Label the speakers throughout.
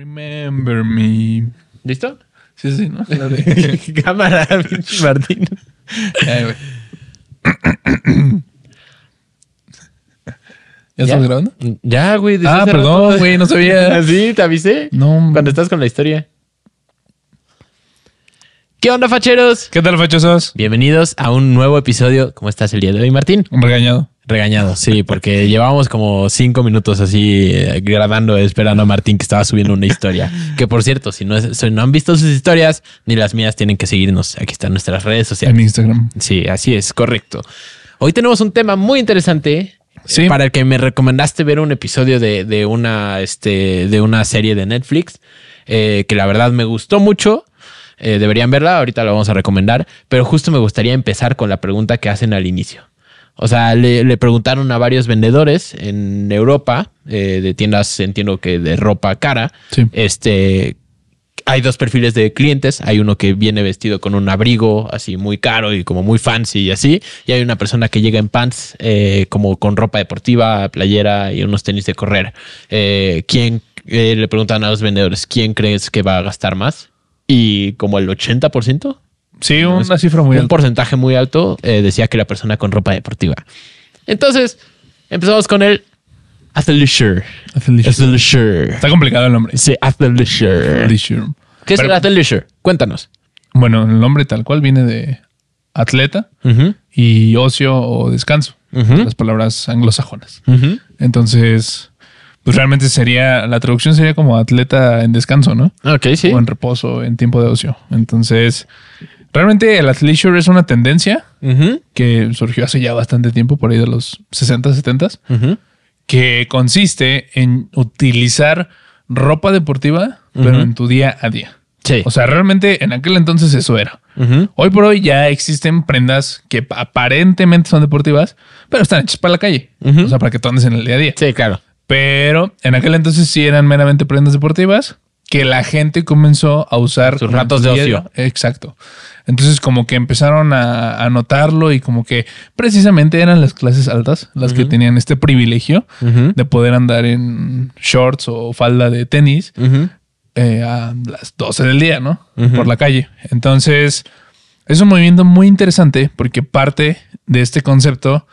Speaker 1: Remember me.
Speaker 2: ¿Listo?
Speaker 1: Sí, sí, ¿no? La de-
Speaker 2: Cámara, pinche Martín.
Speaker 1: Ay, güey. ¿Ya estamos grabando?
Speaker 2: Ya, güey. desde
Speaker 1: Ah,
Speaker 2: hace
Speaker 1: perdón,
Speaker 2: rato.
Speaker 1: güey, no sabía.
Speaker 2: Ah, Sí, te avisé.
Speaker 1: No, hombre.
Speaker 2: Cuando estás con la historia. ¿Qué onda, facheros?
Speaker 1: ¿Qué tal, fachosos?
Speaker 2: Bienvenidos a un nuevo episodio. ¿Cómo estás el día de hoy, Martín?
Speaker 1: Un regañado.
Speaker 2: Regañado, sí, porque llevábamos como cinco minutos así eh, grabando, esperando a Martín que estaba subiendo una historia. Que por cierto, si no, es- si no han visto sus historias, ni las mías tienen que seguirnos. Aquí están nuestras redes
Speaker 1: En
Speaker 2: sociales.
Speaker 1: Instagram.
Speaker 2: Sí, así es, correcto. Hoy tenemos un tema muy interesante.
Speaker 1: Sí.
Speaker 2: eh, Para el que me recomendaste ver un episodio de, de una, este, de una serie de Netflix, eh, que la verdad me gustó mucho. Eh, deberían verla, ahorita la vamos a recomendar, pero justo me gustaría empezar con la pregunta que hacen al inicio. O sea, le, le preguntaron a varios vendedores en Europa, eh, de tiendas, entiendo que de ropa cara,
Speaker 1: Sí.
Speaker 2: este, hay dos perfiles de clientes. Hay uno que viene vestido con un abrigo así muy caro y como muy fancy y así. Y hay una persona que llega en pants eh, como con ropa deportiva, playera y unos tenis de correr. Eh, ¿Quién eh, le preguntan a los vendedores quién crees que va a gastar más? Y como el 80%,
Speaker 1: Sí, una cifra muy
Speaker 2: un
Speaker 1: alta.
Speaker 2: porcentaje muy alto, eh, decía que la persona con ropa deportiva. Entonces empezamos con el athleisure.
Speaker 1: Athleisure.
Speaker 2: Athleisure.
Speaker 1: Está complicado el nombre.
Speaker 2: Sí, athleisure.
Speaker 1: Athleisure.
Speaker 2: ¿Qué es
Speaker 1: Pero-
Speaker 2: el athleisure? Cuéntanos.
Speaker 1: Bueno, el nombre tal cual viene de atleta y ocio o descanso.
Speaker 2: Ujú.
Speaker 1: Las palabras anglosajonas. Entonces, pues realmente sería, la traducción sería como atleta en descanso, ¿no?
Speaker 2: Ok, sí.
Speaker 1: o en reposo, en tiempo de ocio. Entonces, realmente el athleisure es una tendencia
Speaker 2: Ujú,
Speaker 1: que surgió hace ya bastante tiempo, por ahí de los 60, 70,
Speaker 2: ujú.
Speaker 1: que consiste en utilizar ropa deportiva, pero en tu día a día.
Speaker 2: Sí.
Speaker 1: O sea, realmente en aquel entonces eso era.
Speaker 2: Ujú.
Speaker 1: Hoy por hoy ya existen prendas que aparentemente son deportivas, pero están hechas para la calle.
Speaker 2: Ujú.
Speaker 1: O sea, para que tú andes en el día a día.
Speaker 2: Sí, claro.
Speaker 1: Pero en aquel entonces sí eran meramente prendas deportivas que la gente comenzó a usar.
Speaker 2: Sus ratos de
Speaker 1: diario.
Speaker 2: ocio.
Speaker 1: Exacto. Entonces como que empezaron a, a notarlo y como que precisamente eran las clases altas las que tenían este privilegio
Speaker 2: Ujú.
Speaker 1: de poder andar en shorts o falda de tenis
Speaker 2: Ujú.
Speaker 1: eh, a las 12 del día, ¿no?
Speaker 2: Ujú.
Speaker 1: Por la calle. Entonces, es un movimiento muy interesante porque parte de este concepto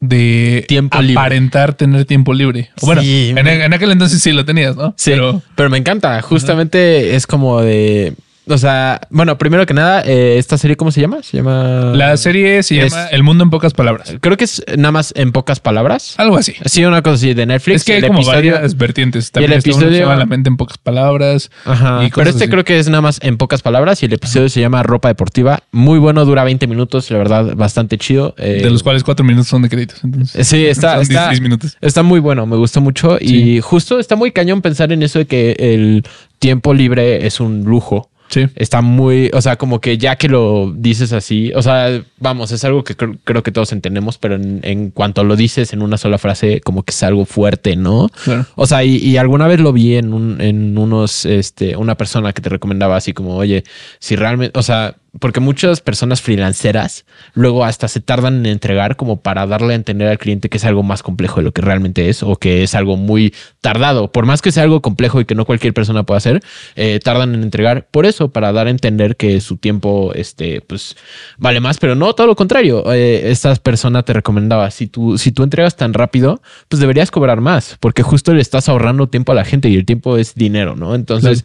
Speaker 1: de
Speaker 2: Tiempo libre.
Speaker 1: aparentar tener tiempo libre. O Bueno,
Speaker 2: Sí,
Speaker 1: en, en aquel entonces sí lo tenías, ¿no?
Speaker 2: Sí.
Speaker 1: Pero
Speaker 2: Pero, me encanta. Justamente es como de. O sea, bueno, primero que nada, eh, ¿esta serie cómo se llama? Se llama.
Speaker 1: la serie se
Speaker 2: Es-
Speaker 1: llama El Mundo en Pocas Palabras.
Speaker 2: Creo que es nada más en pocas palabras.
Speaker 1: Algo así.
Speaker 2: Sí, una cosa así de Netflix.
Speaker 1: Ah. Es que hay
Speaker 2: el
Speaker 1: como
Speaker 2: episodio-
Speaker 1: varias vertientes. También
Speaker 2: el
Speaker 1: está uno que se
Speaker 2: episodio-
Speaker 1: llama La mente en pocas palabras.
Speaker 2: Ajá,
Speaker 1: y
Speaker 2: pero
Speaker 1: cosas
Speaker 2: este
Speaker 1: así.
Speaker 2: creo que es nada más en pocas palabras y el episodio se llama Ropa Deportiva. Muy bueno, dura 20 minutos, la verdad, bastante chido. Eh,
Speaker 1: De los cuales cuatro minutos son de créditos. Entonces,
Speaker 2: Sí, está,
Speaker 1: son
Speaker 2: está,
Speaker 1: 16 minutos.
Speaker 2: está muy bueno, me gustó mucho. Y justo está muy cañón pensar en eso de que el tiempo libre es un lujo.
Speaker 1: Sí.
Speaker 2: Está muy, o sea, como que ya que lo dices así, o sea, vamos, es algo que creo, creo que todos entendemos, pero en, en cuanto lo dices en una sola frase, como que es algo fuerte, ¿no?
Speaker 1: Claro.
Speaker 2: O sea, y, y alguna vez lo vi en, un- en unos, este, una persona que te recomendaba así como, oye, si realmente, o sea, porque muchas personas freelanceras luego hasta se tardan en entregar como para darle a entender al cliente que es algo más complejo de lo que realmente es o que es algo muy tardado. Por más que sea algo complejo y que no cualquier persona pueda hacer, eh, tardan en entregar por eso, para dar a entender que su tiempo, este, pues vale más, pero no, todo lo contrario. Eh, esta persona te recomendaba, si tú, si tú entregas tan rápido, pues deberías cobrar más, porque justo le estás ahorrando tiempo a la gente y el tiempo es dinero, ¿no? Entonces,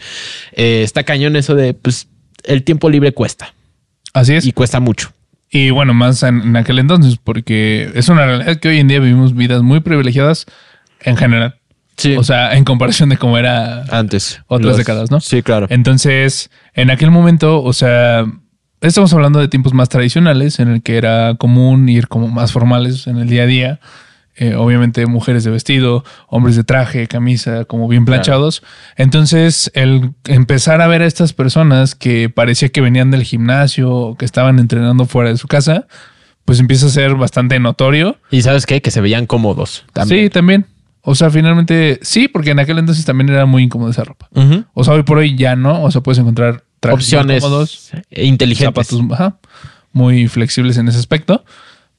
Speaker 2: eh, está cañón eso de, pues, el tiempo libre cuesta
Speaker 1: Así es.
Speaker 2: y cuesta mucho.
Speaker 1: Y bueno, más en, en aquel entonces, porque es una realidad que hoy en día vivimos vidas muy privilegiadas en general.
Speaker 2: Sí, Ah,
Speaker 1: O sea, en comparación de cómo era
Speaker 2: antes.
Speaker 1: otras
Speaker 2: Los-
Speaker 1: décadas, ¿no?
Speaker 2: Sí, claro.
Speaker 1: Entonces, en aquel momento, o sea, estamos hablando de tiempos más tradicionales en el que era común ir como más formales en el día a día. Eh, obviamente mujeres de vestido, hombres de traje, camisa, como bien planchados. Entonces, el empezar a ver a estas personas que parecía que venían del gimnasio o que estaban entrenando fuera de su casa, pues empieza a ser bastante notorio.
Speaker 2: Y sabes qué? Que se veían cómodos también.
Speaker 1: Sí, también. O sea, finalmente, sí, porque en aquel entonces también era muy incómoda esa ropa.
Speaker 2: Ujú.
Speaker 1: O sea, hoy por hoy ya no. O sea, puedes encontrar trajes muy
Speaker 2: Opciones eh,
Speaker 1: cómodos,
Speaker 2: inteligentes.
Speaker 1: zapatos ajá, muy flexibles en ese aspecto.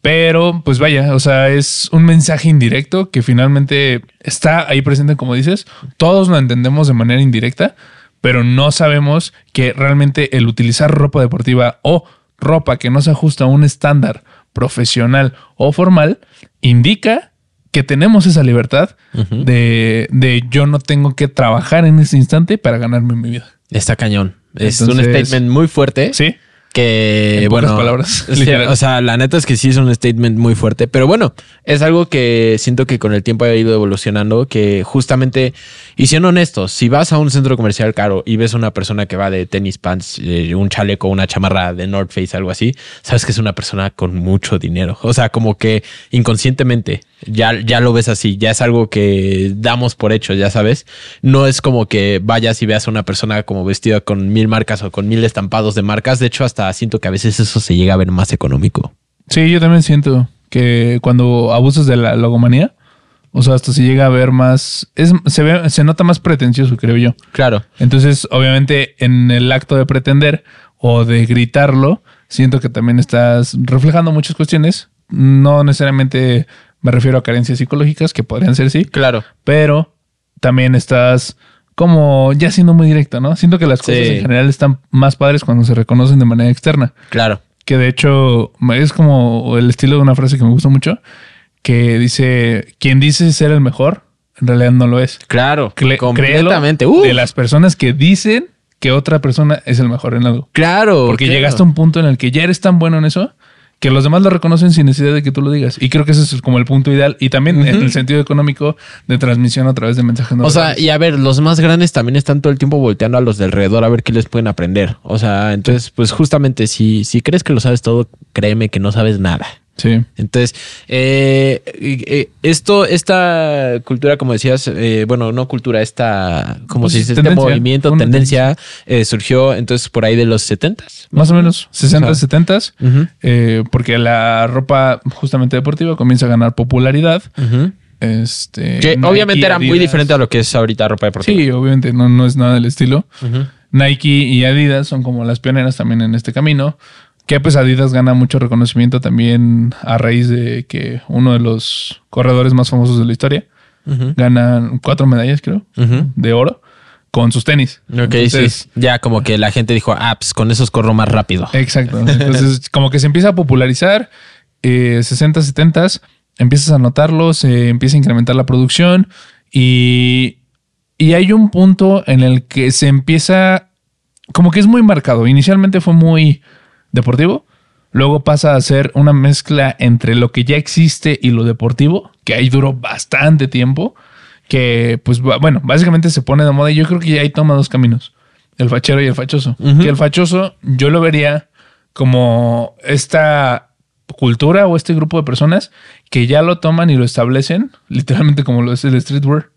Speaker 1: Pero, pues vaya, o sea, es un mensaje indirecto que finalmente está ahí presente, como dices. Todos lo entendemos de manera indirecta, pero no sabemos que realmente el utilizar ropa deportiva o ropa que no se ajusta a un estándar profesional o formal indica que tenemos esa libertad
Speaker 2: Ujú.
Speaker 1: de, de yo no tengo que trabajar en ese instante para ganarme mi vida.
Speaker 2: Está cañón. Es un
Speaker 1: Entonces-
Speaker 2: statement muy fuerte.
Speaker 1: Sí,
Speaker 2: Que
Speaker 1: En pocas
Speaker 2: bueno,
Speaker 1: palabras,
Speaker 2: sí,
Speaker 1: literal.
Speaker 2: o sea, la neta es que sí es un statement muy fuerte, pero bueno, es algo que siento que con el tiempo ha ido evolucionando, que justamente, y siendo honestos, si vas a un centro comercial caro y ves a una persona que va de tenis pants, eh, un chaleco, una chamarra de North Face, algo así, sabes que es una persona con mucho dinero. O sea, como que inconscientemente ya, ya lo ves así, ya es algo que damos por hecho, ya sabes. No es como que vayas y veas a una persona como vestida con mil marcas o con mil estampados de marcas. De hecho, hasta siento que a veces eso se llega a ver más económico.
Speaker 1: sí, yo también siento que cuando abusas de la logomanía, o sea, hasta se llega a ver más, es, se, ve, se nota más pretencioso, creo yo.
Speaker 2: Claro.
Speaker 1: Entonces, obviamente, en el acto de pretender o de gritarlo, siento que también estás reflejando muchas cuestiones. No necesariamente me refiero a carencias psicológicas, que podrían ser sí,
Speaker 2: Claro.
Speaker 1: pero también estás como ya siendo muy directo, ¿no? Siento que las cosas
Speaker 2: Sí.
Speaker 1: en general están más padres cuando se reconocen de manera externa.
Speaker 2: Claro.
Speaker 1: Que de hecho es como el estilo de una frase que me gusta mucho, que dice, quien dice ser el mejor, en realidad no lo es.
Speaker 2: Claro.
Speaker 1: Cle-
Speaker 2: completamente.
Speaker 1: créelo
Speaker 2: Uf,
Speaker 1: de las personas que dicen que otra persona es el mejor en algo.
Speaker 2: Claro.
Speaker 1: Porque
Speaker 2: claro.
Speaker 1: llegaste a un punto en el que ya eres tan bueno en eso que los demás lo reconocen sin necesidad de que tú lo digas. Y creo que ese es como el punto ideal. Y también en el sentido económico de transmisión a través de mensajes. no
Speaker 2: O sea,
Speaker 1: verbales.
Speaker 2: y a ver, los más grandes también están todo el tiempo volteando a los de alrededor a ver qué les pueden aprender. O sea, entonces, pues justamente si, si crees que lo sabes todo, créeme que no sabes nada.
Speaker 1: sí.
Speaker 2: Entonces, eh, eh, esto, esta cultura, como decías, eh, bueno, no cultura, esta, como
Speaker 1: Pues,
Speaker 2: se dice, este
Speaker 1: tendencia,
Speaker 2: movimiento,
Speaker 1: una
Speaker 2: tendencia, eh, surgió entonces por ahí de los 70s.
Speaker 1: Más o menos 60,
Speaker 2: O sea,
Speaker 1: 70.
Speaker 2: Ujú.
Speaker 1: eh, porque la ropa justamente deportiva comienza a ganar popularidad.
Speaker 2: Ujú.
Speaker 1: Este,
Speaker 2: Que
Speaker 1: Nike,
Speaker 2: obviamente era muy
Speaker 1: Adidas.
Speaker 2: diferente a lo que es ahorita ropa deportiva.
Speaker 1: Sí, obviamente no, no es nada del estilo.
Speaker 2: Ujú.
Speaker 1: Nike y Adidas son como las pioneras también en este camino. Que pues Adidas gana mucho reconocimiento también a raíz de que uno de los corredores más famosos de la historia
Speaker 2: Ujú.
Speaker 1: ganan cuatro medallas, creo,
Speaker 2: Ujú.
Speaker 1: de oro con sus tenis.
Speaker 2: Ok,
Speaker 1: Entonces,
Speaker 2: sí. Ya como que la gente dijo, ah, pues con esos corro más rápido.
Speaker 1: Exacto. Entonces, como que se empieza a popularizar, eh, 60, 70, empiezas a notarlo, se empieza a incrementar la producción y, y hay un punto en el que se empieza, como que es muy marcado. Inicialmente fue muy deportivo, luego pasa a ser una mezcla entre lo que ya existe y lo deportivo, que ahí duró bastante tiempo, que pues bu- bueno, básicamente se pone de moda y yo creo que ya ahí toma dos caminos. El fachero y el fachoso.
Speaker 2: Ujú.
Speaker 1: Que el fachoso yo lo vería como esta cultura o este grupo de personas que ya lo toman y lo establecen, literalmente como lo es el streetwear.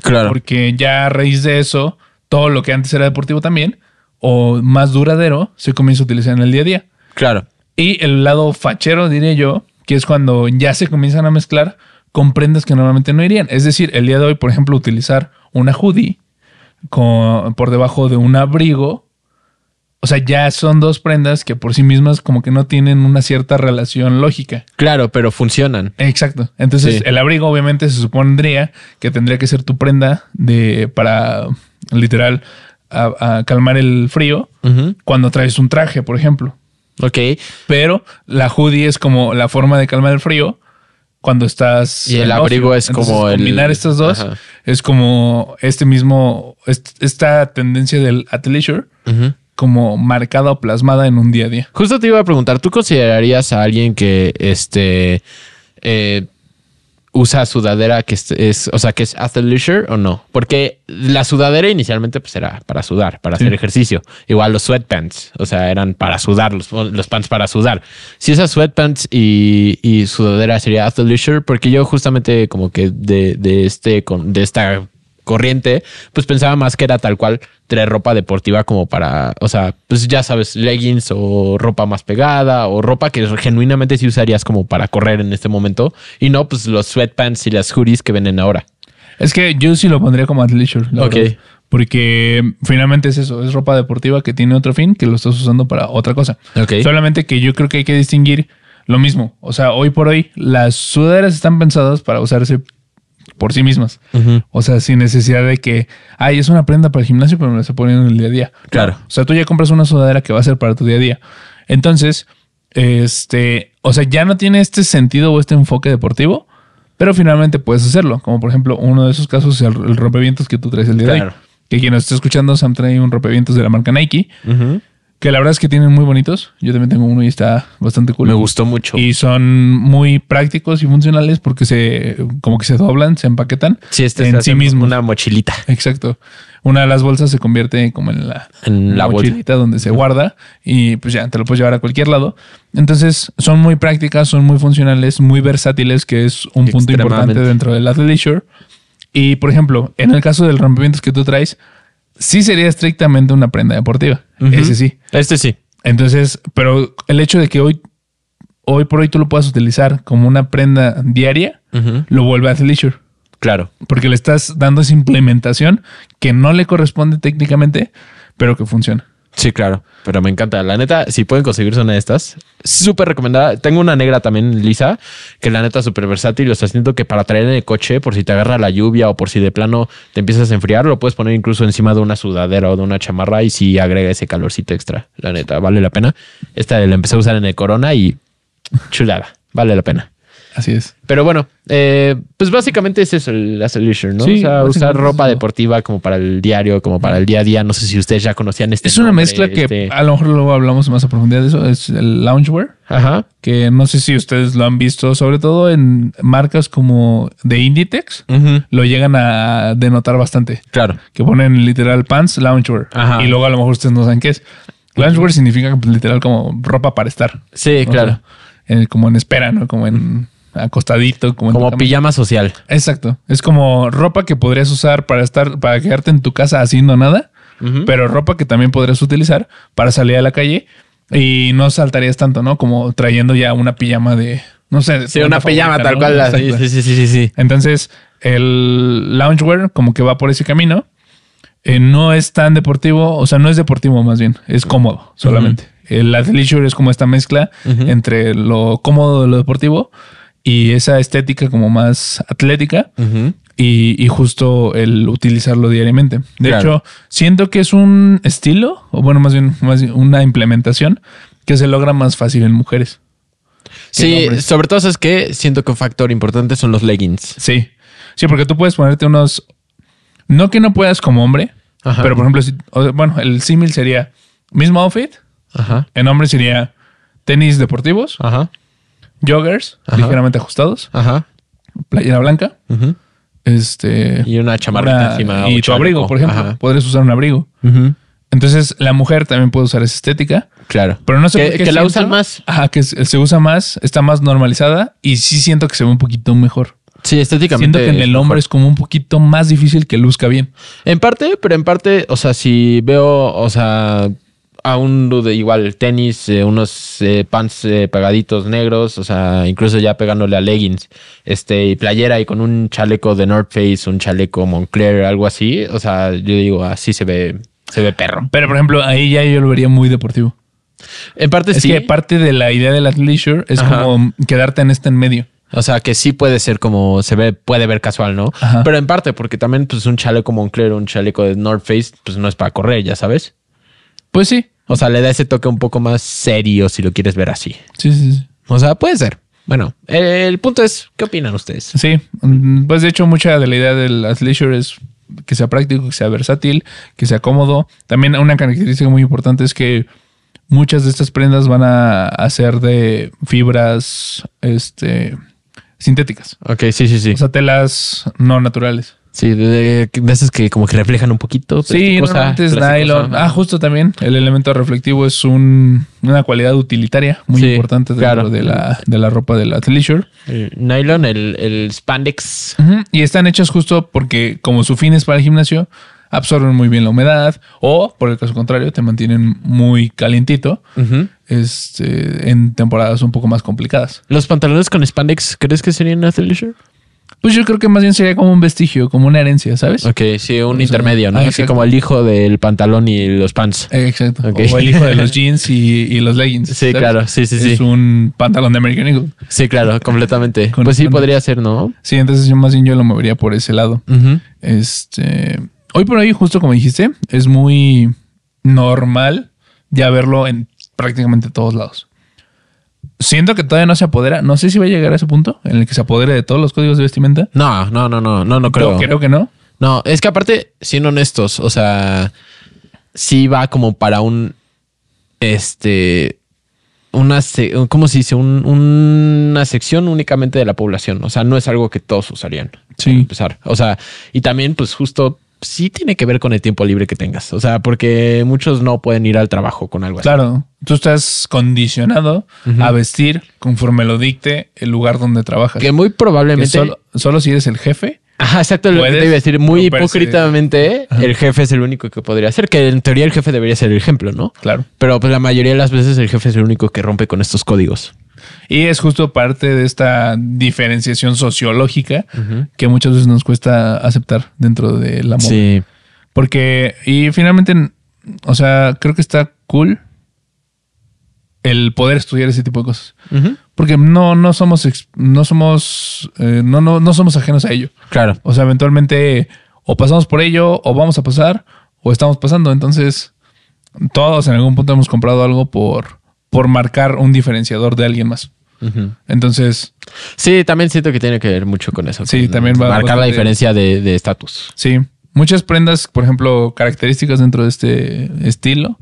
Speaker 2: Claro.
Speaker 1: Porque ya a raíz de eso, todo lo que antes era deportivo también, o más duradero, se comienza a utilizar en el día a día.
Speaker 2: Claro.
Speaker 1: Y el lado fachero, diría yo, que es cuando ya se comienzan a mezclar con prendas que normalmente no irían. Es decir, el día de hoy, por ejemplo, utilizar una hoodie con- por debajo de un abrigo. O sea, ya son dos prendas que por sí mismas como que no tienen una cierta relación lógica.
Speaker 2: Claro, pero funcionan.
Speaker 1: Exacto. Entonces,
Speaker 2: Sí.
Speaker 1: el abrigo obviamente se supondría que tendría que ser tu prenda de para literal a- a calmar el frío
Speaker 2: Ujú.
Speaker 1: cuando traes un traje, por ejemplo.
Speaker 2: Ok.
Speaker 1: Pero la hoodie es como la forma de calmar el frío cuando estás.
Speaker 2: Y el
Speaker 1: en ocio.
Speaker 2: abrigo es
Speaker 1: Entonces,
Speaker 2: como el-
Speaker 1: Combinar estas dos
Speaker 2: Ajá.
Speaker 1: es como este mismo. est- esta tendencia del athleisure
Speaker 2: Ujú.
Speaker 1: como marcada o plasmada en un día a día.
Speaker 2: Justo te iba a preguntar, ¿tú considerarías a alguien que este eh, usa sudadera que es, es- o sea, que es athleisure o no? Porque la sudadera inicialmente pues era para sudar, para
Speaker 1: Sí.
Speaker 2: hacer ejercicio. Igual los sweatpants, o sea, eran para sudar, los, los pants para sudar. Si esas sweatpants y, y sudadera sería athleisure, porque yo justamente como que de, de este con- de esta corriente, pues pensaba más que era tal cual traer ropa deportiva como para, o sea, pues ya sabes, leggings o ropa más pegada o ropa que genuinamente sí usarías como para correr en este momento y no pues los sweatpants y las hoodies que venden ahora.
Speaker 1: Es que yo sí lo pondría como athleisure. la
Speaker 2: Ok.
Speaker 1: verdad. Porque finalmente es eso, es ropa deportiva que tiene otro fin que lo estás usando para otra cosa.
Speaker 2: Ok.
Speaker 1: Solamente que yo creo que hay que distinguir Lo mismo, o sea, hoy por hoy las sudaderas están pensadas para usarse por sí mismas.
Speaker 2: Ujú.
Speaker 1: O sea, sin necesidad de que, ay, es una prenda para el gimnasio, pero me la estoy poniendo en el día a día.
Speaker 2: Claro.
Speaker 1: O sea, tú ya compras una sudadera que va a ser para tu día a día. Entonces, este, o sea, ya no tiene este sentido o este enfoque deportivo, pero finalmente puedes hacerlo. Como por ejemplo, uno de esos casos es el, el rompevientos que tú traes el día de hoy.
Speaker 2: Claro.
Speaker 1: Que quien nos esté escuchando, Sam trae un rompevientos de la marca Nike,
Speaker 2: Ujú.
Speaker 1: que la verdad es que tienen muy bonitos. Yo también tengo uno y está bastante cool.
Speaker 2: Me gustó mucho.
Speaker 1: Y son muy prácticos y funcionales porque se, como que se doblan, se empaquetan.
Speaker 2: sí, este
Speaker 1: en
Speaker 2: se hace
Speaker 1: sí mismo.
Speaker 2: Una mochilita.
Speaker 1: Exacto. Una de las bolsas se convierte como en la,
Speaker 2: En la bolsa.
Speaker 1: mochilita donde se guarda y pues ya te lo puedes llevar a cualquier lado. Entonces son muy prácticas, son muy funcionales, muy versátiles, que es un punto importante
Speaker 2: Extremadamente.
Speaker 1: dentro del athleisure. Y por ejemplo, en el caso del rompimiento que tú traes, sí sería estrictamente una prenda deportiva.
Speaker 2: Ujú.
Speaker 1: Ese sí.
Speaker 2: Este sí.
Speaker 1: Entonces, pero el hecho de que hoy, hoy por hoy tú lo puedas utilizar como una prenda diaria,
Speaker 2: Ujú.
Speaker 1: lo vuelve athleisure
Speaker 2: Claro.
Speaker 1: porque le estás dando esa implementación que no le corresponde técnicamente, pero que funciona.
Speaker 2: Sí, claro. Pero me encanta. La neta, si pueden conseguirse una de estas, súper recomendada. Tengo una negra también, lisa, que la neta es súper versátil. O sea, siento que para traer en el coche, por si te agarra la lluvia o por si de plano te empiezas a enfriar, lo puedes poner incluso encima de una sudadera o de una chamarra y si agrega ese calorcito extra. La neta, vale la pena. Esta la empecé a usar en el corona y chulada. Vale la pena.
Speaker 1: Así es.
Speaker 2: Pero bueno, eh, pues básicamente es eso la solution, ¿no?
Speaker 1: Sí,
Speaker 2: o sea, usar
Speaker 1: básicamente es
Speaker 2: ropa
Speaker 1: eso.
Speaker 2: deportiva como para el diario, como para el día a día. No sé si ustedes ya conocían este.
Speaker 1: Es una
Speaker 2: nombre,
Speaker 1: mezcla que
Speaker 2: este-
Speaker 1: a lo mejor luego hablamos más a profundidad de eso. Es el loungewear,
Speaker 2: Ajá.
Speaker 1: que no sé si ustedes lo han visto, sobre todo en marcas como de Inditex, lo llegan a denotar bastante.
Speaker 2: Claro.
Speaker 1: Que ponen literal pants, loungewear.
Speaker 2: Ajá.
Speaker 1: Y luego a lo mejor ustedes no saben qué es. Loungewear significa pues, literal como ropa para estar.
Speaker 2: Sí,
Speaker 1: O
Speaker 2: claro.
Speaker 1: sea, en- como en espera, ¿no? Como en acostadito, como en tu
Speaker 2: Como
Speaker 1: cama.
Speaker 2: pijama social.
Speaker 1: Exacto. Es como ropa que podrías usar para estar, para quedarte en tu casa haciendo nada, pero ropa que también podrías utilizar para salir a la calle y no saltarías tanto, ¿no? Como trayendo ya una pijama de, no sé. de tu
Speaker 2: Sí, una
Speaker 1: banda
Speaker 2: pijama
Speaker 1: favorita,
Speaker 2: tal
Speaker 1: ¿no?
Speaker 2: cual. así.
Speaker 1: Exacto.
Speaker 2: Sí, sí, sí, sí, sí.
Speaker 1: Entonces, el loungewear como que va por ese camino. Eh, no es tan deportivo, o sea, no es deportivo más bien, es cómodo solamente. El athleisure es como esta mezcla entre lo cómodo de lo deportivo y esa estética como más atlética y, y justo el utilizarlo diariamente. De
Speaker 2: Claro.
Speaker 1: hecho, siento que es un estilo, o bueno, más bien, más bien una implementación que se logra más fácil en mujeres.
Speaker 2: Sí,
Speaker 1: nombre?
Speaker 2: sobre todo es que siento que un factor importante son los leggings.
Speaker 1: Sí. Sí, porque tú puedes ponerte unos. No que no puedas como hombre,
Speaker 2: Ajá.
Speaker 1: pero por ejemplo, si- o- bueno, el símil sería mismo outfit.
Speaker 2: Ajá.
Speaker 1: En hombre sería tenis deportivos,
Speaker 2: Ajá.
Speaker 1: joggers
Speaker 2: Ajá.
Speaker 1: ligeramente ajustados,
Speaker 2: Ajá.
Speaker 1: playera blanca,
Speaker 2: Ujú.
Speaker 1: este.
Speaker 2: Y una chamarra
Speaker 1: una-
Speaker 2: encima.
Speaker 1: y
Speaker 2: o
Speaker 1: tu
Speaker 2: chaleco.
Speaker 1: abrigo, por ejemplo.
Speaker 2: Ajá.
Speaker 1: Podrías usar un abrigo.
Speaker 2: Ujú.
Speaker 1: Entonces, la mujer también puede usar esa estética,
Speaker 2: Claro.
Speaker 1: pero no sé
Speaker 2: Que-
Speaker 1: por qué
Speaker 2: que la
Speaker 1: siento-
Speaker 2: usan más.
Speaker 1: Ajá, que se se usa más, está más normalizada y sí siento que se ve un poquito mejor.
Speaker 2: Sí,
Speaker 1: Siento
Speaker 2: estéticamente.
Speaker 1: que en el
Speaker 2: es
Speaker 1: hombre
Speaker 2: mejor.
Speaker 1: es como un poquito más difícil que luzca bien.
Speaker 2: En parte, pero en parte, o sea, si veo, o sea, a un dude igual tenis, eh, unos eh, pants eh, pegaditos negros, o sea, incluso ya pegándole a leggings, este, y playera y con un chaleco de North Face, un chaleco Moncler, algo así, o sea, yo digo, así se ve, se ve perro.
Speaker 1: Pero, por ejemplo, ahí ya yo lo vería muy deportivo.
Speaker 2: En parte
Speaker 1: Es
Speaker 2: sí,
Speaker 1: que parte de la idea del athleisure es
Speaker 2: Ajá.
Speaker 1: como quedarte en este en medio.
Speaker 2: o sea, que sí puede ser como, se ve, puede ver casual, ¿no?
Speaker 1: Ajá.
Speaker 2: Pero en parte, porque también, pues, un chaleco Moncler, un chaleco de North Face, pues, no es para correr, ya sabes.
Speaker 1: Pues sí.
Speaker 2: O sea, le da ese toque un poco más serio si lo quieres ver así.
Speaker 1: Sí, sí, sí.
Speaker 2: O sea, puede ser. Bueno, el, el punto es, ¿qué opinan ustedes?
Speaker 1: Sí. Mm, Pues de hecho, mucha de la idea del athleisure es que sea práctico, que sea versátil, que sea cómodo. También una característica muy importante es que muchas de estas prendas van a, a ser de fibras este, sintéticas.
Speaker 2: Ok, sí, sí, sí.
Speaker 1: O sea, telas no naturales.
Speaker 2: sí, de, de- de esas que como que reflejan un poquito.
Speaker 1: Sí, normalmente es nylon. Ah, justo también. El elemento reflectivo es un- una cualidad utilitaria muy
Speaker 2: Sí,
Speaker 1: importante dentro
Speaker 2: claro.
Speaker 1: de, la, de la ropa del athleisure.
Speaker 2: El nylon, el, el spandex.
Speaker 1: Ujú, Y están hechas justo porque, como su fin es para el gimnasio, absorben muy bien la humedad o, por el caso contrario, te mantienen muy calientito este, en temporadas un poco más complicadas.
Speaker 2: ¿Los pantalones con spandex crees que serían athleisure?
Speaker 1: Pues yo creo que más bien sería como un vestigio, como una herencia, ¿sabes?
Speaker 2: Ok, sí, un
Speaker 1: Eso.
Speaker 2: intermedio, ¿no?
Speaker 1: Ah,
Speaker 2: Así
Speaker 1: exacto.
Speaker 2: como el hijo del pantalón y los pants.
Speaker 1: Eh, Exacto.
Speaker 2: Ok.
Speaker 1: O el hijo de los jeans y, y los leggings.
Speaker 2: Sí,
Speaker 1: ¿sabes?
Speaker 2: claro, sí, sí, sí.
Speaker 1: Es un pantalón de American Eagle.
Speaker 2: Sí, claro, completamente.
Speaker 1: Con-
Speaker 2: pues sí,
Speaker 1: con-
Speaker 2: podría ser, ¿no?
Speaker 1: Sí, entonces yo más bien yo lo movería por ese lado. Este. Hoy por hoy, justo como dijiste, es muy normal ya verlo en prácticamente todos lados. Siento que todavía no se apodera. No sé si va a llegar a ese punto en el que se apodere de todos los códigos de vestimenta.
Speaker 2: No, no, no, no, no, no creo. Pues
Speaker 1: Yo creo que no.
Speaker 2: No, es que aparte, siendo honestos, o sea, sí va como para un, este, una, se- ¿cómo se dice? Un- una sección únicamente de la población. O sea, no es algo que todos usarían.
Speaker 1: Sí.
Speaker 2: para empezar. O sea, y también, pues justo, sí tiene que ver con el tiempo libre que tengas. O sea, porque muchos no pueden ir al trabajo con algo así.
Speaker 1: Claro, tú estás condicionado
Speaker 2: Ujú.
Speaker 1: a vestir conforme lo dicte el lugar donde trabajas.
Speaker 2: Que muy
Speaker 1: Que
Speaker 2: probablemente...
Speaker 1: solo, solo si eres el jefe.
Speaker 2: Ajá, exacto, lo que
Speaker 1: Puedes
Speaker 2: te iba a decir. Muy
Speaker 1: romperse.
Speaker 2: hipócritamente, el jefe es el único que podría hacer, que en teoría el jefe debería ser el ejemplo, ¿no?
Speaker 1: Claro.
Speaker 2: Pero pues la mayoría de las veces el jefe es el único que rompe con estos códigos.
Speaker 1: Y es justo parte de esta diferenciación sociológica que muchas veces nos cuesta aceptar dentro de la moda.
Speaker 2: Sí.
Speaker 1: Porque, y finalmente, o sea, creo que está cool el poder estudiar ese tipo de cosas. Porque no, no somos, ex- no somos, eh, no, no, no somos ajenos a ello.
Speaker 2: Claro.
Speaker 1: O sea, eventualmente o pasamos por ello, o vamos a pasar, o estamos pasando. Entonces, todos en algún punto hemos comprado algo por, por marcar un diferenciador de alguien más. Entonces,
Speaker 2: Sí, también siento que tiene que ver mucho con eso.
Speaker 1: Sí,
Speaker 2: con
Speaker 1: también va
Speaker 2: Marcar la
Speaker 1: bastante-
Speaker 2: diferencia de de estatus.
Speaker 1: sí, muchas prendas, por ejemplo, características dentro de este estilo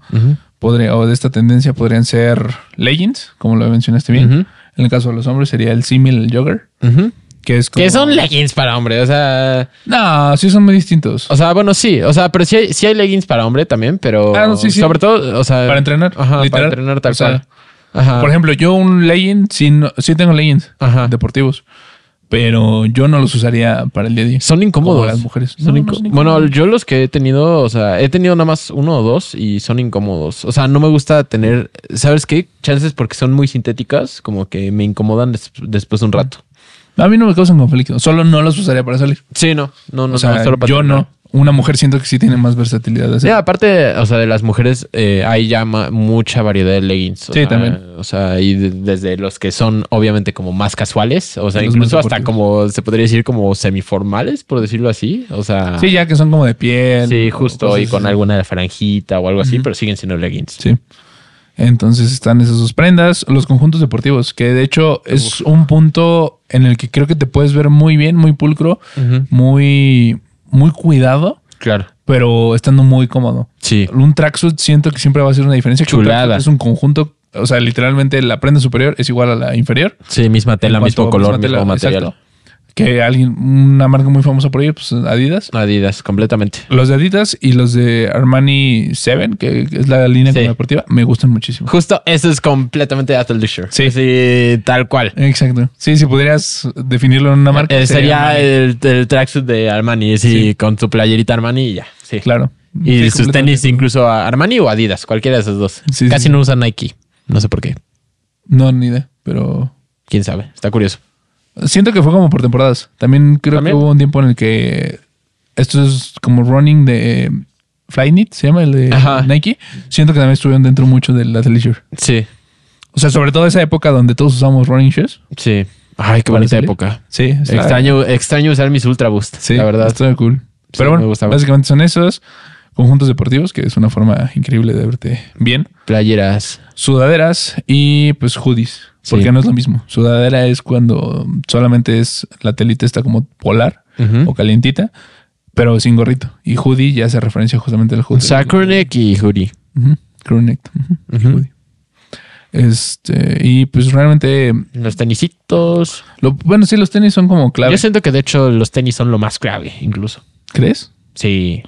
Speaker 1: podría, o de esta tendencia podrían ser leggings, como lo mencionaste bien.
Speaker 2: Ujú.
Speaker 1: En el caso de los hombres sería el símil, el jogger,
Speaker 2: Ujú.
Speaker 1: que es como...
Speaker 2: Que son leggings para hombre, o sea...
Speaker 1: No, sí son muy distintos.
Speaker 2: O sea, bueno, sí. O sea, pero sí hay, sí hay leggings para hombre también, pero...
Speaker 1: Ah, no, sí, sí.
Speaker 2: Sobre todo, o sea...
Speaker 1: Para entrenar,
Speaker 2: Ajá,
Speaker 1: literal.
Speaker 2: para entrenar tal
Speaker 1: O sea,
Speaker 2: cual. Ajá.
Speaker 1: Por ejemplo, yo un legging, sí, no- sí tengo leggings
Speaker 2: Ajá.
Speaker 1: deportivos, pero yo no los usaría para el día a día.
Speaker 2: Son
Speaker 1: como
Speaker 2: incómodos.
Speaker 1: las mujeres.
Speaker 2: Son
Speaker 1: No,
Speaker 2: incó-
Speaker 1: no son
Speaker 2: Bueno, yo los que he tenido, o sea, he tenido nada más uno o dos y son incómodos. O sea, no me gusta tener, ¿sabes qué? Chances porque son muy sintéticas, como que me incomodan des- después de un rato.
Speaker 1: A mí no me causan conflicto, solo no los usaría para salir.
Speaker 2: Sí, no, no, no.
Speaker 1: o sea,
Speaker 2: no, solo para
Speaker 1: yo
Speaker 2: terminar.
Speaker 1: no. Una mujer siento que sí tiene más versatilidad. de
Speaker 2: Sí,
Speaker 1: hacer.
Speaker 2: aparte, o sea, de las mujeres eh, hay ya ma- mucha variedad de leggings. o
Speaker 1: Sí,
Speaker 2: sea,
Speaker 1: también.
Speaker 2: O sea, y de- desde los que son obviamente como más casuales, o sea,
Speaker 1: Los
Speaker 2: incluso
Speaker 1: más
Speaker 2: hasta como, se podría decir como semiformales, por decirlo así. O sea,
Speaker 1: Sí, ya que son como de piel.
Speaker 2: Sí,
Speaker 1: o
Speaker 2: justo,
Speaker 1: cosas
Speaker 2: y con
Speaker 1: así.
Speaker 2: alguna franjita o algo así, pero siguen siendo leggings.
Speaker 1: Sí. Entonces están esas dos prendas, los conjuntos deportivos, que de hecho es un punto en el que creo que te puedes ver muy bien, muy pulcro, muy, muy cuidado,
Speaker 2: Claro.
Speaker 1: pero estando muy cómodo.
Speaker 2: Sí.
Speaker 1: Un tracksuit siento que siempre va a ser una diferencia. que un
Speaker 2: Chulada.
Speaker 1: tracksuit Es un conjunto, o sea, literalmente la prenda superior es igual a la inferior.
Speaker 2: Sí, misma tela,
Speaker 1: En cuanto
Speaker 2: mismo
Speaker 1: a
Speaker 2: color,
Speaker 1: misma tela,
Speaker 2: mismo material.
Speaker 1: exacto. Que alguien, una marca muy famosa por ahí, pues Adidas.
Speaker 2: Adidas, completamente.
Speaker 1: Los de Adidas y los de Armani 7, que es la línea
Speaker 2: Sí.
Speaker 1: como deportiva, me gustan muchísimo.
Speaker 2: Justo eso es completamente Athel Leisure.
Speaker 1: Sí.
Speaker 2: Sí, tal cual.
Speaker 1: Exacto. Sí, si podrías definirlo en una marca.
Speaker 2: Eh, sería
Speaker 1: Armani.
Speaker 2: el, el tracksuit de Armani, sí,
Speaker 1: Sí.
Speaker 2: con su playerita Armani y ya. Sí.
Speaker 1: Claro.
Speaker 2: eh,
Speaker 1: Sí,
Speaker 2: Y sus
Speaker 1: completamente.
Speaker 2: tenis incluso a Armani o Adidas, cualquiera de esos dos.
Speaker 1: Sí,
Speaker 2: Casi
Speaker 1: sí.
Speaker 2: no usan Nike. No sé por qué.
Speaker 1: No, ni idea, pero.
Speaker 2: Quién sabe. Está curioso.
Speaker 1: Siento que fue como por temporadas. También creo
Speaker 2: También.
Speaker 1: que hubo un tiempo en el que esto es como running de Flyknit, se llama el de
Speaker 2: Ajá.
Speaker 1: Nike. Siento que también estuvieron dentro mucho del Athleisure.
Speaker 2: Sí.
Speaker 1: O sea, sobre todo esa época donde todos usamos running shoes.
Speaker 2: Sí. Ay, qué
Speaker 1: ¿Para
Speaker 2: bonita
Speaker 1: salir?
Speaker 2: época.
Speaker 1: Sí, está-
Speaker 2: Extraño, extraño usar mis Ultra Boost.
Speaker 1: Sí,
Speaker 2: la verdad.
Speaker 1: Está cool. Pero
Speaker 2: me gustaba.
Speaker 1: bueno, básicamente son esos conjuntos deportivos, que es una forma increíble de verte bien.
Speaker 2: Playeras.
Speaker 1: sudaderas y pues hoodies.
Speaker 2: Sí.
Speaker 1: Porque no es lo mismo. Sudadera es cuando solamente es la telita está como polar
Speaker 2: Ujú.
Speaker 1: o calientita, pero sin gorrito. Y hoodie ya hace referencia justamente al hoodie.
Speaker 2: Sacronek y hoodie.
Speaker 1: Ujú. Crew neck. Ujú. Y
Speaker 2: Ujú.
Speaker 1: hoodie. Este, y pues realmente,
Speaker 2: Los tenisitos.
Speaker 1: lo, bueno, sí, los tenis son como clave.
Speaker 2: Yo siento que de hecho los tenis son lo más clave, incluso.
Speaker 1: ¿Crees?
Speaker 2: Sí.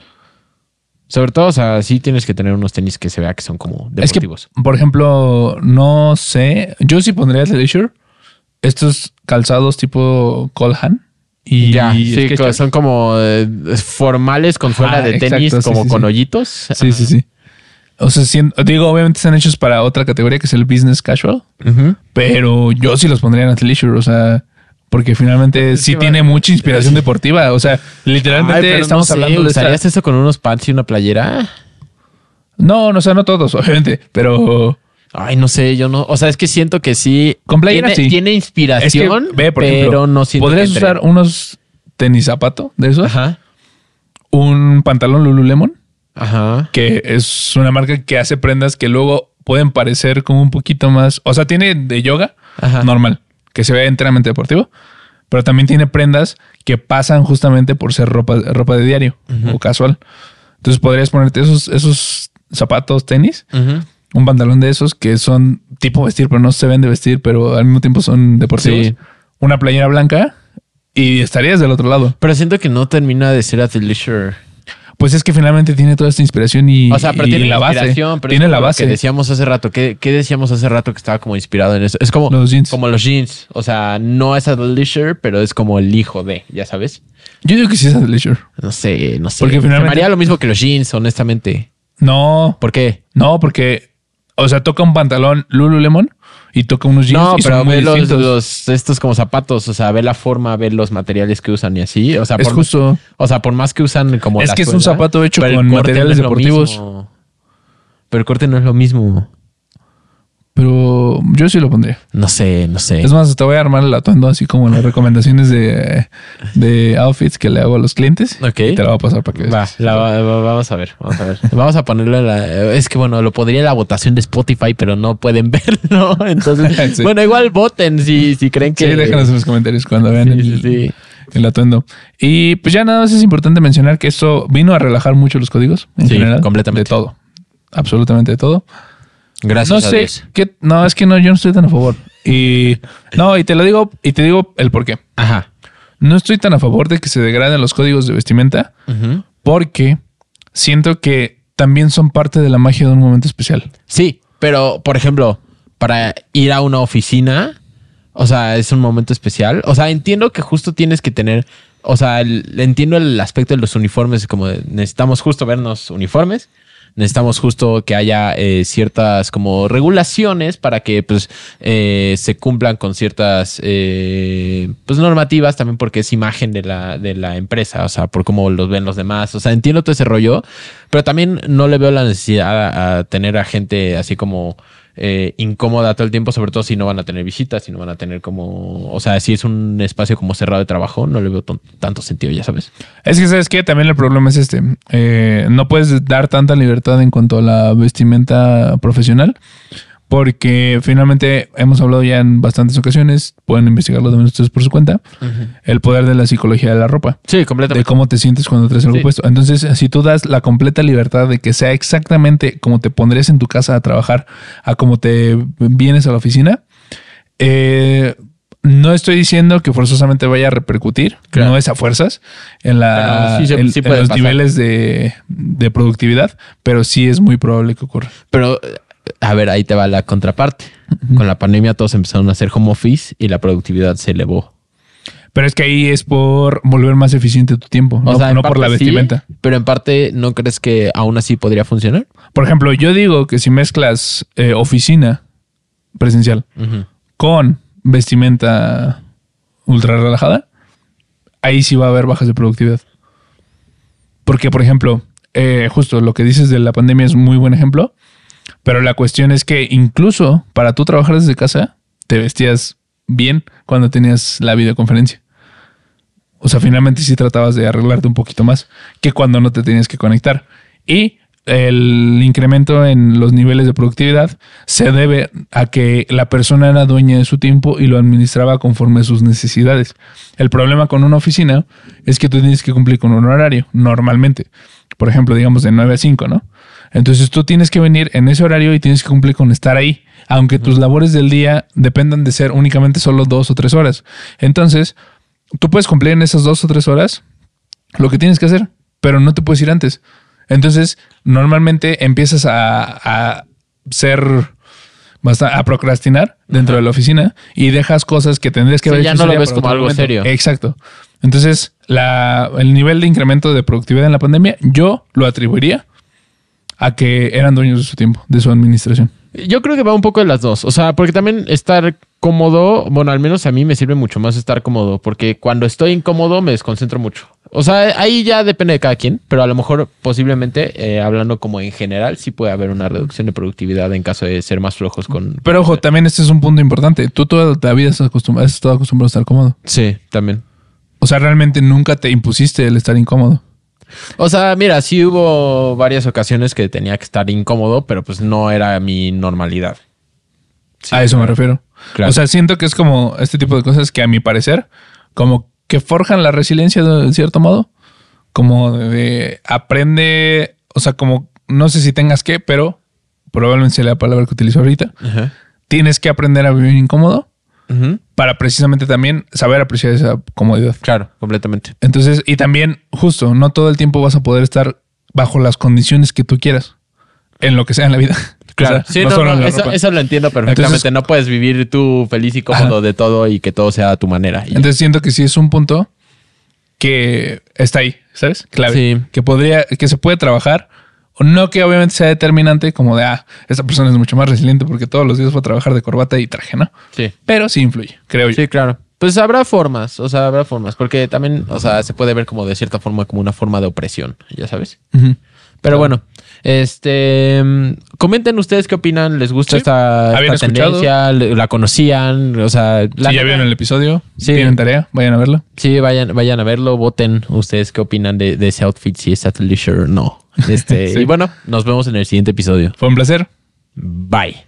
Speaker 2: Sobre todo, o sea, sí tienes que tener unos tenis que se vea que son como deportivos.
Speaker 1: Es que, por ejemplo, no sé. Yo sí pondría leisure estos calzados tipo Colhan. Y
Speaker 2: ya, sí,
Speaker 1: Skechers.
Speaker 2: co- son como eh, formales con suela
Speaker 1: Ajá,
Speaker 2: de tenis,
Speaker 1: Ah, exacto, sí,
Speaker 2: como
Speaker 1: sí,
Speaker 2: con
Speaker 1: sí.
Speaker 2: hoyitos.
Speaker 1: Sí, sí, sí. O sea, sien- digo, obviamente están hechos para otra categoría que es el business casual,
Speaker 2: Ujú.
Speaker 1: pero yo sí los pondría en athleisure. O sea, porque finalmente
Speaker 2: Es
Speaker 1: sí
Speaker 2: que
Speaker 1: tiene
Speaker 2: va-
Speaker 1: mucha inspiración deportiva. O sea,
Speaker 2: Ay,
Speaker 1: literalmente
Speaker 2: pero no
Speaker 1: estamos
Speaker 2: sé,
Speaker 1: hablando de esta-
Speaker 2: ¿Usarías eso con unos pants y una playera?
Speaker 1: No, no, o sea, no todos, obviamente, pero
Speaker 2: Ay, no sé, yo no. O sea, es que siento que sí.
Speaker 1: Con playera,
Speaker 2: tiene,
Speaker 1: sí.
Speaker 2: tiene
Speaker 1: es que,
Speaker 2: inspiración,
Speaker 1: ve, por
Speaker 2: pero
Speaker 1: ejemplo,
Speaker 2: no siento.
Speaker 1: podrías
Speaker 2: que entre.
Speaker 1: usar unos tenis zapato de esos,
Speaker 2: Ajá.
Speaker 1: un pantalón Lululemon,
Speaker 2: Ajá.
Speaker 1: que es una marca que hace prendas que luego pueden parecer como un poquito más, o sea, tiene de yoga
Speaker 2: Ajá.
Speaker 1: normal, que se ve enteramente deportivo, pero también tiene prendas que pasan justamente por ser ropa, ropa de diario o casual. Entonces podrías ponerte esos, esos zapatos, tenis,
Speaker 2: Ujú.
Speaker 1: un pantalón de esos que son tipo vestir, pero no se ven de vestir, pero al mismo tiempo son deportivos.
Speaker 2: Sí.
Speaker 1: Una playera blanca y estarías del otro lado.
Speaker 2: Pero siento que no termina de ser athleisure.
Speaker 1: Pues es que finalmente tiene toda esta inspiración y,
Speaker 2: O sea, pero
Speaker 1: y
Speaker 2: tiene
Speaker 1: la base.
Speaker 2: inspiración, pero es
Speaker 1: Tiene
Speaker 2: como
Speaker 1: la
Speaker 2: lo
Speaker 1: base.
Speaker 2: Que decíamos hace rato. ¿Qué, qué decíamos hace rato que estaba como inspirado en eso? Es como
Speaker 1: Los jeans.
Speaker 2: Como los jeans. O sea, no es athleisure, pero es como el hijo de, ya sabes.
Speaker 1: Yo digo que sí es athleisure.
Speaker 2: No sé, no sé.
Speaker 1: Porque finalmente-
Speaker 2: Se me haría lo mismo que los jeans, honestamente.
Speaker 1: No,
Speaker 2: ¿Por qué?
Speaker 1: no, porque, o sea, toca un pantalón Lululemon y toca unos jeans.
Speaker 2: No,
Speaker 1: y son
Speaker 2: pero
Speaker 1: muy
Speaker 2: ve los,
Speaker 1: distintos.
Speaker 2: los- estos como zapatos, o sea, ve la forma, ve los materiales que usan y así. O sea,
Speaker 1: es
Speaker 2: por,
Speaker 1: justo.
Speaker 2: o sea, por más que usan como
Speaker 1: Es
Speaker 2: la
Speaker 1: que es un
Speaker 2: suela,
Speaker 1: zapato hecho
Speaker 2: pero el
Speaker 1: con
Speaker 2: corte
Speaker 1: materiales
Speaker 2: es lo
Speaker 1: deportivos.
Speaker 2: mismo. Pero el corte no es lo mismo.
Speaker 1: Pero yo sí lo pondría.
Speaker 2: No sé, no sé.
Speaker 1: Es más, te voy a armar el atuendo así como las recomendaciones de, de outfits que le hago a los clientes.
Speaker 2: Ok.
Speaker 1: Y te la voy a pasar para que veas.
Speaker 2: Va, la va- va- vamos a ver, vamos a ver. Vamos a ponerlo en la... Es que bueno, lo podría en la votación de Spotify, pero no pueden verlo. Entonces,
Speaker 1: Sí.
Speaker 2: bueno, igual voten si, si creen
Speaker 1: Sí,
Speaker 2: que...
Speaker 1: déjanos en los comentarios cuando vean
Speaker 2: Sí, sí,
Speaker 1: el,
Speaker 2: sí.
Speaker 1: el atuendo. Y pues ya nada más es importante mencionar que esto vino a relajar mucho los códigos. En
Speaker 2: Sí,
Speaker 1: general,
Speaker 2: completamente.
Speaker 1: De todo. Absolutamente de todo.
Speaker 2: Gracias
Speaker 1: no
Speaker 2: a
Speaker 1: sé
Speaker 2: Dios.
Speaker 1: qué. No, es que no, yo no estoy tan a favor. Y no, y te lo digo, y te digo el por qué.
Speaker 2: Ajá.
Speaker 1: No estoy tan a favor de que se degraden los códigos de vestimenta
Speaker 2: Ujú.
Speaker 1: porque siento que también son parte de la magia de un momento especial.
Speaker 2: Sí, pero por ejemplo, para ir a una oficina, o sea, es un momento especial. O sea, entiendo que justo tienes que tener, o sea, el- entiendo el aspecto de los uniformes, como de- necesitamos justo vernos uniformes. Necesitamos justo que haya eh, ciertas como regulaciones para que pues eh, se cumplan con ciertas eh, pues normativas también porque es imagen de la, de la empresa, o sea, por cómo los ven los demás. O sea, entiendo todo ese rollo, pero también no le veo la necesidad a, a tener a gente así como eh, incómoda todo el tiempo, sobre todo si no van a tener visitas, si no van a tener como, o sea, si es un espacio como cerrado de trabajo, no le veo ton- tanto sentido, ya sabes.
Speaker 1: Es que, ¿sabes qué? También el problema es este. Eh, no puedes dar tanta libertad en cuanto a la vestimenta profesional, porque finalmente hemos hablado ya en bastantes ocasiones, pueden investigarlo también ustedes por su cuenta, el poder de la psicología de la ropa,
Speaker 2: Sí,
Speaker 1: de
Speaker 2: completamente.
Speaker 1: cómo te sientes cuando traes algo
Speaker 2: Sí.
Speaker 1: puesto. Entonces, si tú das la completa libertad de que sea exactamente como te pondrías en tu casa a trabajar, a como te vienes a la oficina, eh, no estoy diciendo que forzosamente vaya a repercutir,
Speaker 2: Claro.
Speaker 1: no es a fuerzas, en, la,
Speaker 2: Pero sí se-
Speaker 1: en-
Speaker 2: sí
Speaker 1: en
Speaker 2: puede
Speaker 1: los
Speaker 2: pasar.
Speaker 1: niveles de, de productividad, pero sí es muy probable que ocurra.
Speaker 2: Pero, eh, a ver, ahí te va la contraparte. Con la pandemia todos empezaron a hacer home office y la productividad se elevó.
Speaker 1: Pero es que ahí es por volver más eficiente tu tiempo,
Speaker 2: O
Speaker 1: no,
Speaker 2: sea, en
Speaker 1: no por
Speaker 2: parte
Speaker 1: la
Speaker 2: sí,
Speaker 1: vestimenta.
Speaker 2: pero en parte, ¿no crees que aún así podría funcionar?
Speaker 1: Por ejemplo, yo digo que si mezclas eh, oficina presencial con vestimenta ultra relajada, ahí sí va a haber bajas de productividad. Porque, por ejemplo, eh, justo lo que dices de la pandemia es muy buen ejemplo, pero la cuestión es que incluso para tú trabajar desde casa, te vestías bien cuando tenías la videoconferencia. O sea, finalmente sí tratabas de arreglarte un poquito más que cuando no te tenías que conectar. Y el incremento en los niveles de productividad se debe a que la persona era dueña de su tiempo y lo administraba conforme a sus necesidades. El problema con una oficina es que tú tienes que cumplir con un horario normalmente. Por ejemplo, digamos de 9 a 5, ¿no? Entonces tú tienes que venir en ese horario y tienes que cumplir con estar ahí, aunque tus labores del día dependan de ser únicamente solo dos o tres horas. Entonces, tú puedes cumplir en esas dos o tres horas lo que tienes que hacer, pero no te puedes ir antes. Entonces, normalmente empiezas a, a ser basta- a procrastinar dentro de la oficina y dejas cosas que tendrías que
Speaker 2: Sí,
Speaker 1: haber
Speaker 2: ya
Speaker 1: hecho
Speaker 2: no lo
Speaker 1: ese día
Speaker 2: ves
Speaker 1: para
Speaker 2: como
Speaker 1: otro
Speaker 2: algo serio.
Speaker 1: Exacto. Entonces, la- el nivel de incremento de productividad en la pandemia, yo lo atribuiría a que eran dueños de su tiempo, de su administración.
Speaker 2: Yo creo que va un poco de las dos. O sea, porque también estar cómodo, bueno, al menos a mí me sirve mucho más estar cómodo, porque cuando estoy incómodo me desconcentro mucho. O sea, ahí ya depende de cada quien, pero a lo mejor posiblemente, eh, hablando como en general, sí puede haber una reducción de productividad en caso de ser más flojos con...
Speaker 1: Pero ojo, también este es un punto importante. Tú toda la vida estás acostumbrado, has estado acostumbrado a estar cómodo.
Speaker 2: Sí, también.
Speaker 1: O sea, realmente nunca te impusiste el estar incómodo.
Speaker 2: O sea, mira, sí hubo varias ocasiones que tenía que estar incómodo, pero pues no era mi normalidad. Sí,
Speaker 1: a eso me refiero.
Speaker 2: Claro.
Speaker 1: O sea, siento que es como este tipo de cosas que a mi parecer, como que forjan la resiliencia de, de cierto modo. Como de, de aprende, o sea, como no sé si tengas que, pero probablemente sea la palabra que utilizo ahorita.
Speaker 2: Ajá.
Speaker 1: Tienes que aprender a vivir incómodo
Speaker 2: Ujú.
Speaker 1: para precisamente también saber apreciar esa comodidad.
Speaker 2: Claro, completamente.
Speaker 1: Entonces, y también, justo, no todo el tiempo vas a poder estar bajo las condiciones que tú quieras, en lo que sea en la vida. O sea,
Speaker 2: sí,
Speaker 1: no
Speaker 2: no,
Speaker 1: solo
Speaker 2: no,
Speaker 1: en la
Speaker 2: eso,
Speaker 1: ropa.
Speaker 2: eso lo entiendo perfectamente.
Speaker 1: Entonces-
Speaker 2: no puedes vivir tú feliz y cómodo
Speaker 1: Ajá.
Speaker 2: de todo y que todo sea a tu manera. Y-
Speaker 1: Entonces siento que sí es un punto que está ahí, ¿sabes? Clave.
Speaker 2: Sí.
Speaker 1: Que podría, que se puede trabajar. O No que obviamente sea determinante, como de, ah, esta persona es mucho más resiliente porque todos los días fue a trabajar de corbata y traje, ¿no?
Speaker 2: sí.
Speaker 1: Pero sí influye, creo yo.
Speaker 2: Sí, claro. Pues habrá formas, o sea, habrá formas, porque también, o sea, se puede ver como de cierta forma como una forma de opresión, ya sabes.
Speaker 1: Ujú.
Speaker 2: Pero bueno, este, mm, comenten ustedes qué opinan, les gusta
Speaker 1: Sí.
Speaker 2: esta,
Speaker 1: ¿Habían
Speaker 2: esta
Speaker 1: escuchado?
Speaker 2: tendencia, Le- la conocían, o sea, la
Speaker 1: Si ya
Speaker 2: neta-
Speaker 1: vieron el episodio,
Speaker 2: Sí.
Speaker 1: tienen tarea, vayan a verlo.
Speaker 2: Sí, vayan, vayan a verlo, voten ustedes qué opinan de, de ese outfit, si es athleisure o no. Este,
Speaker 1: Sí.
Speaker 2: Y bueno, nos vemos en el siguiente episodio.
Speaker 1: Fue un placer.
Speaker 2: Bye.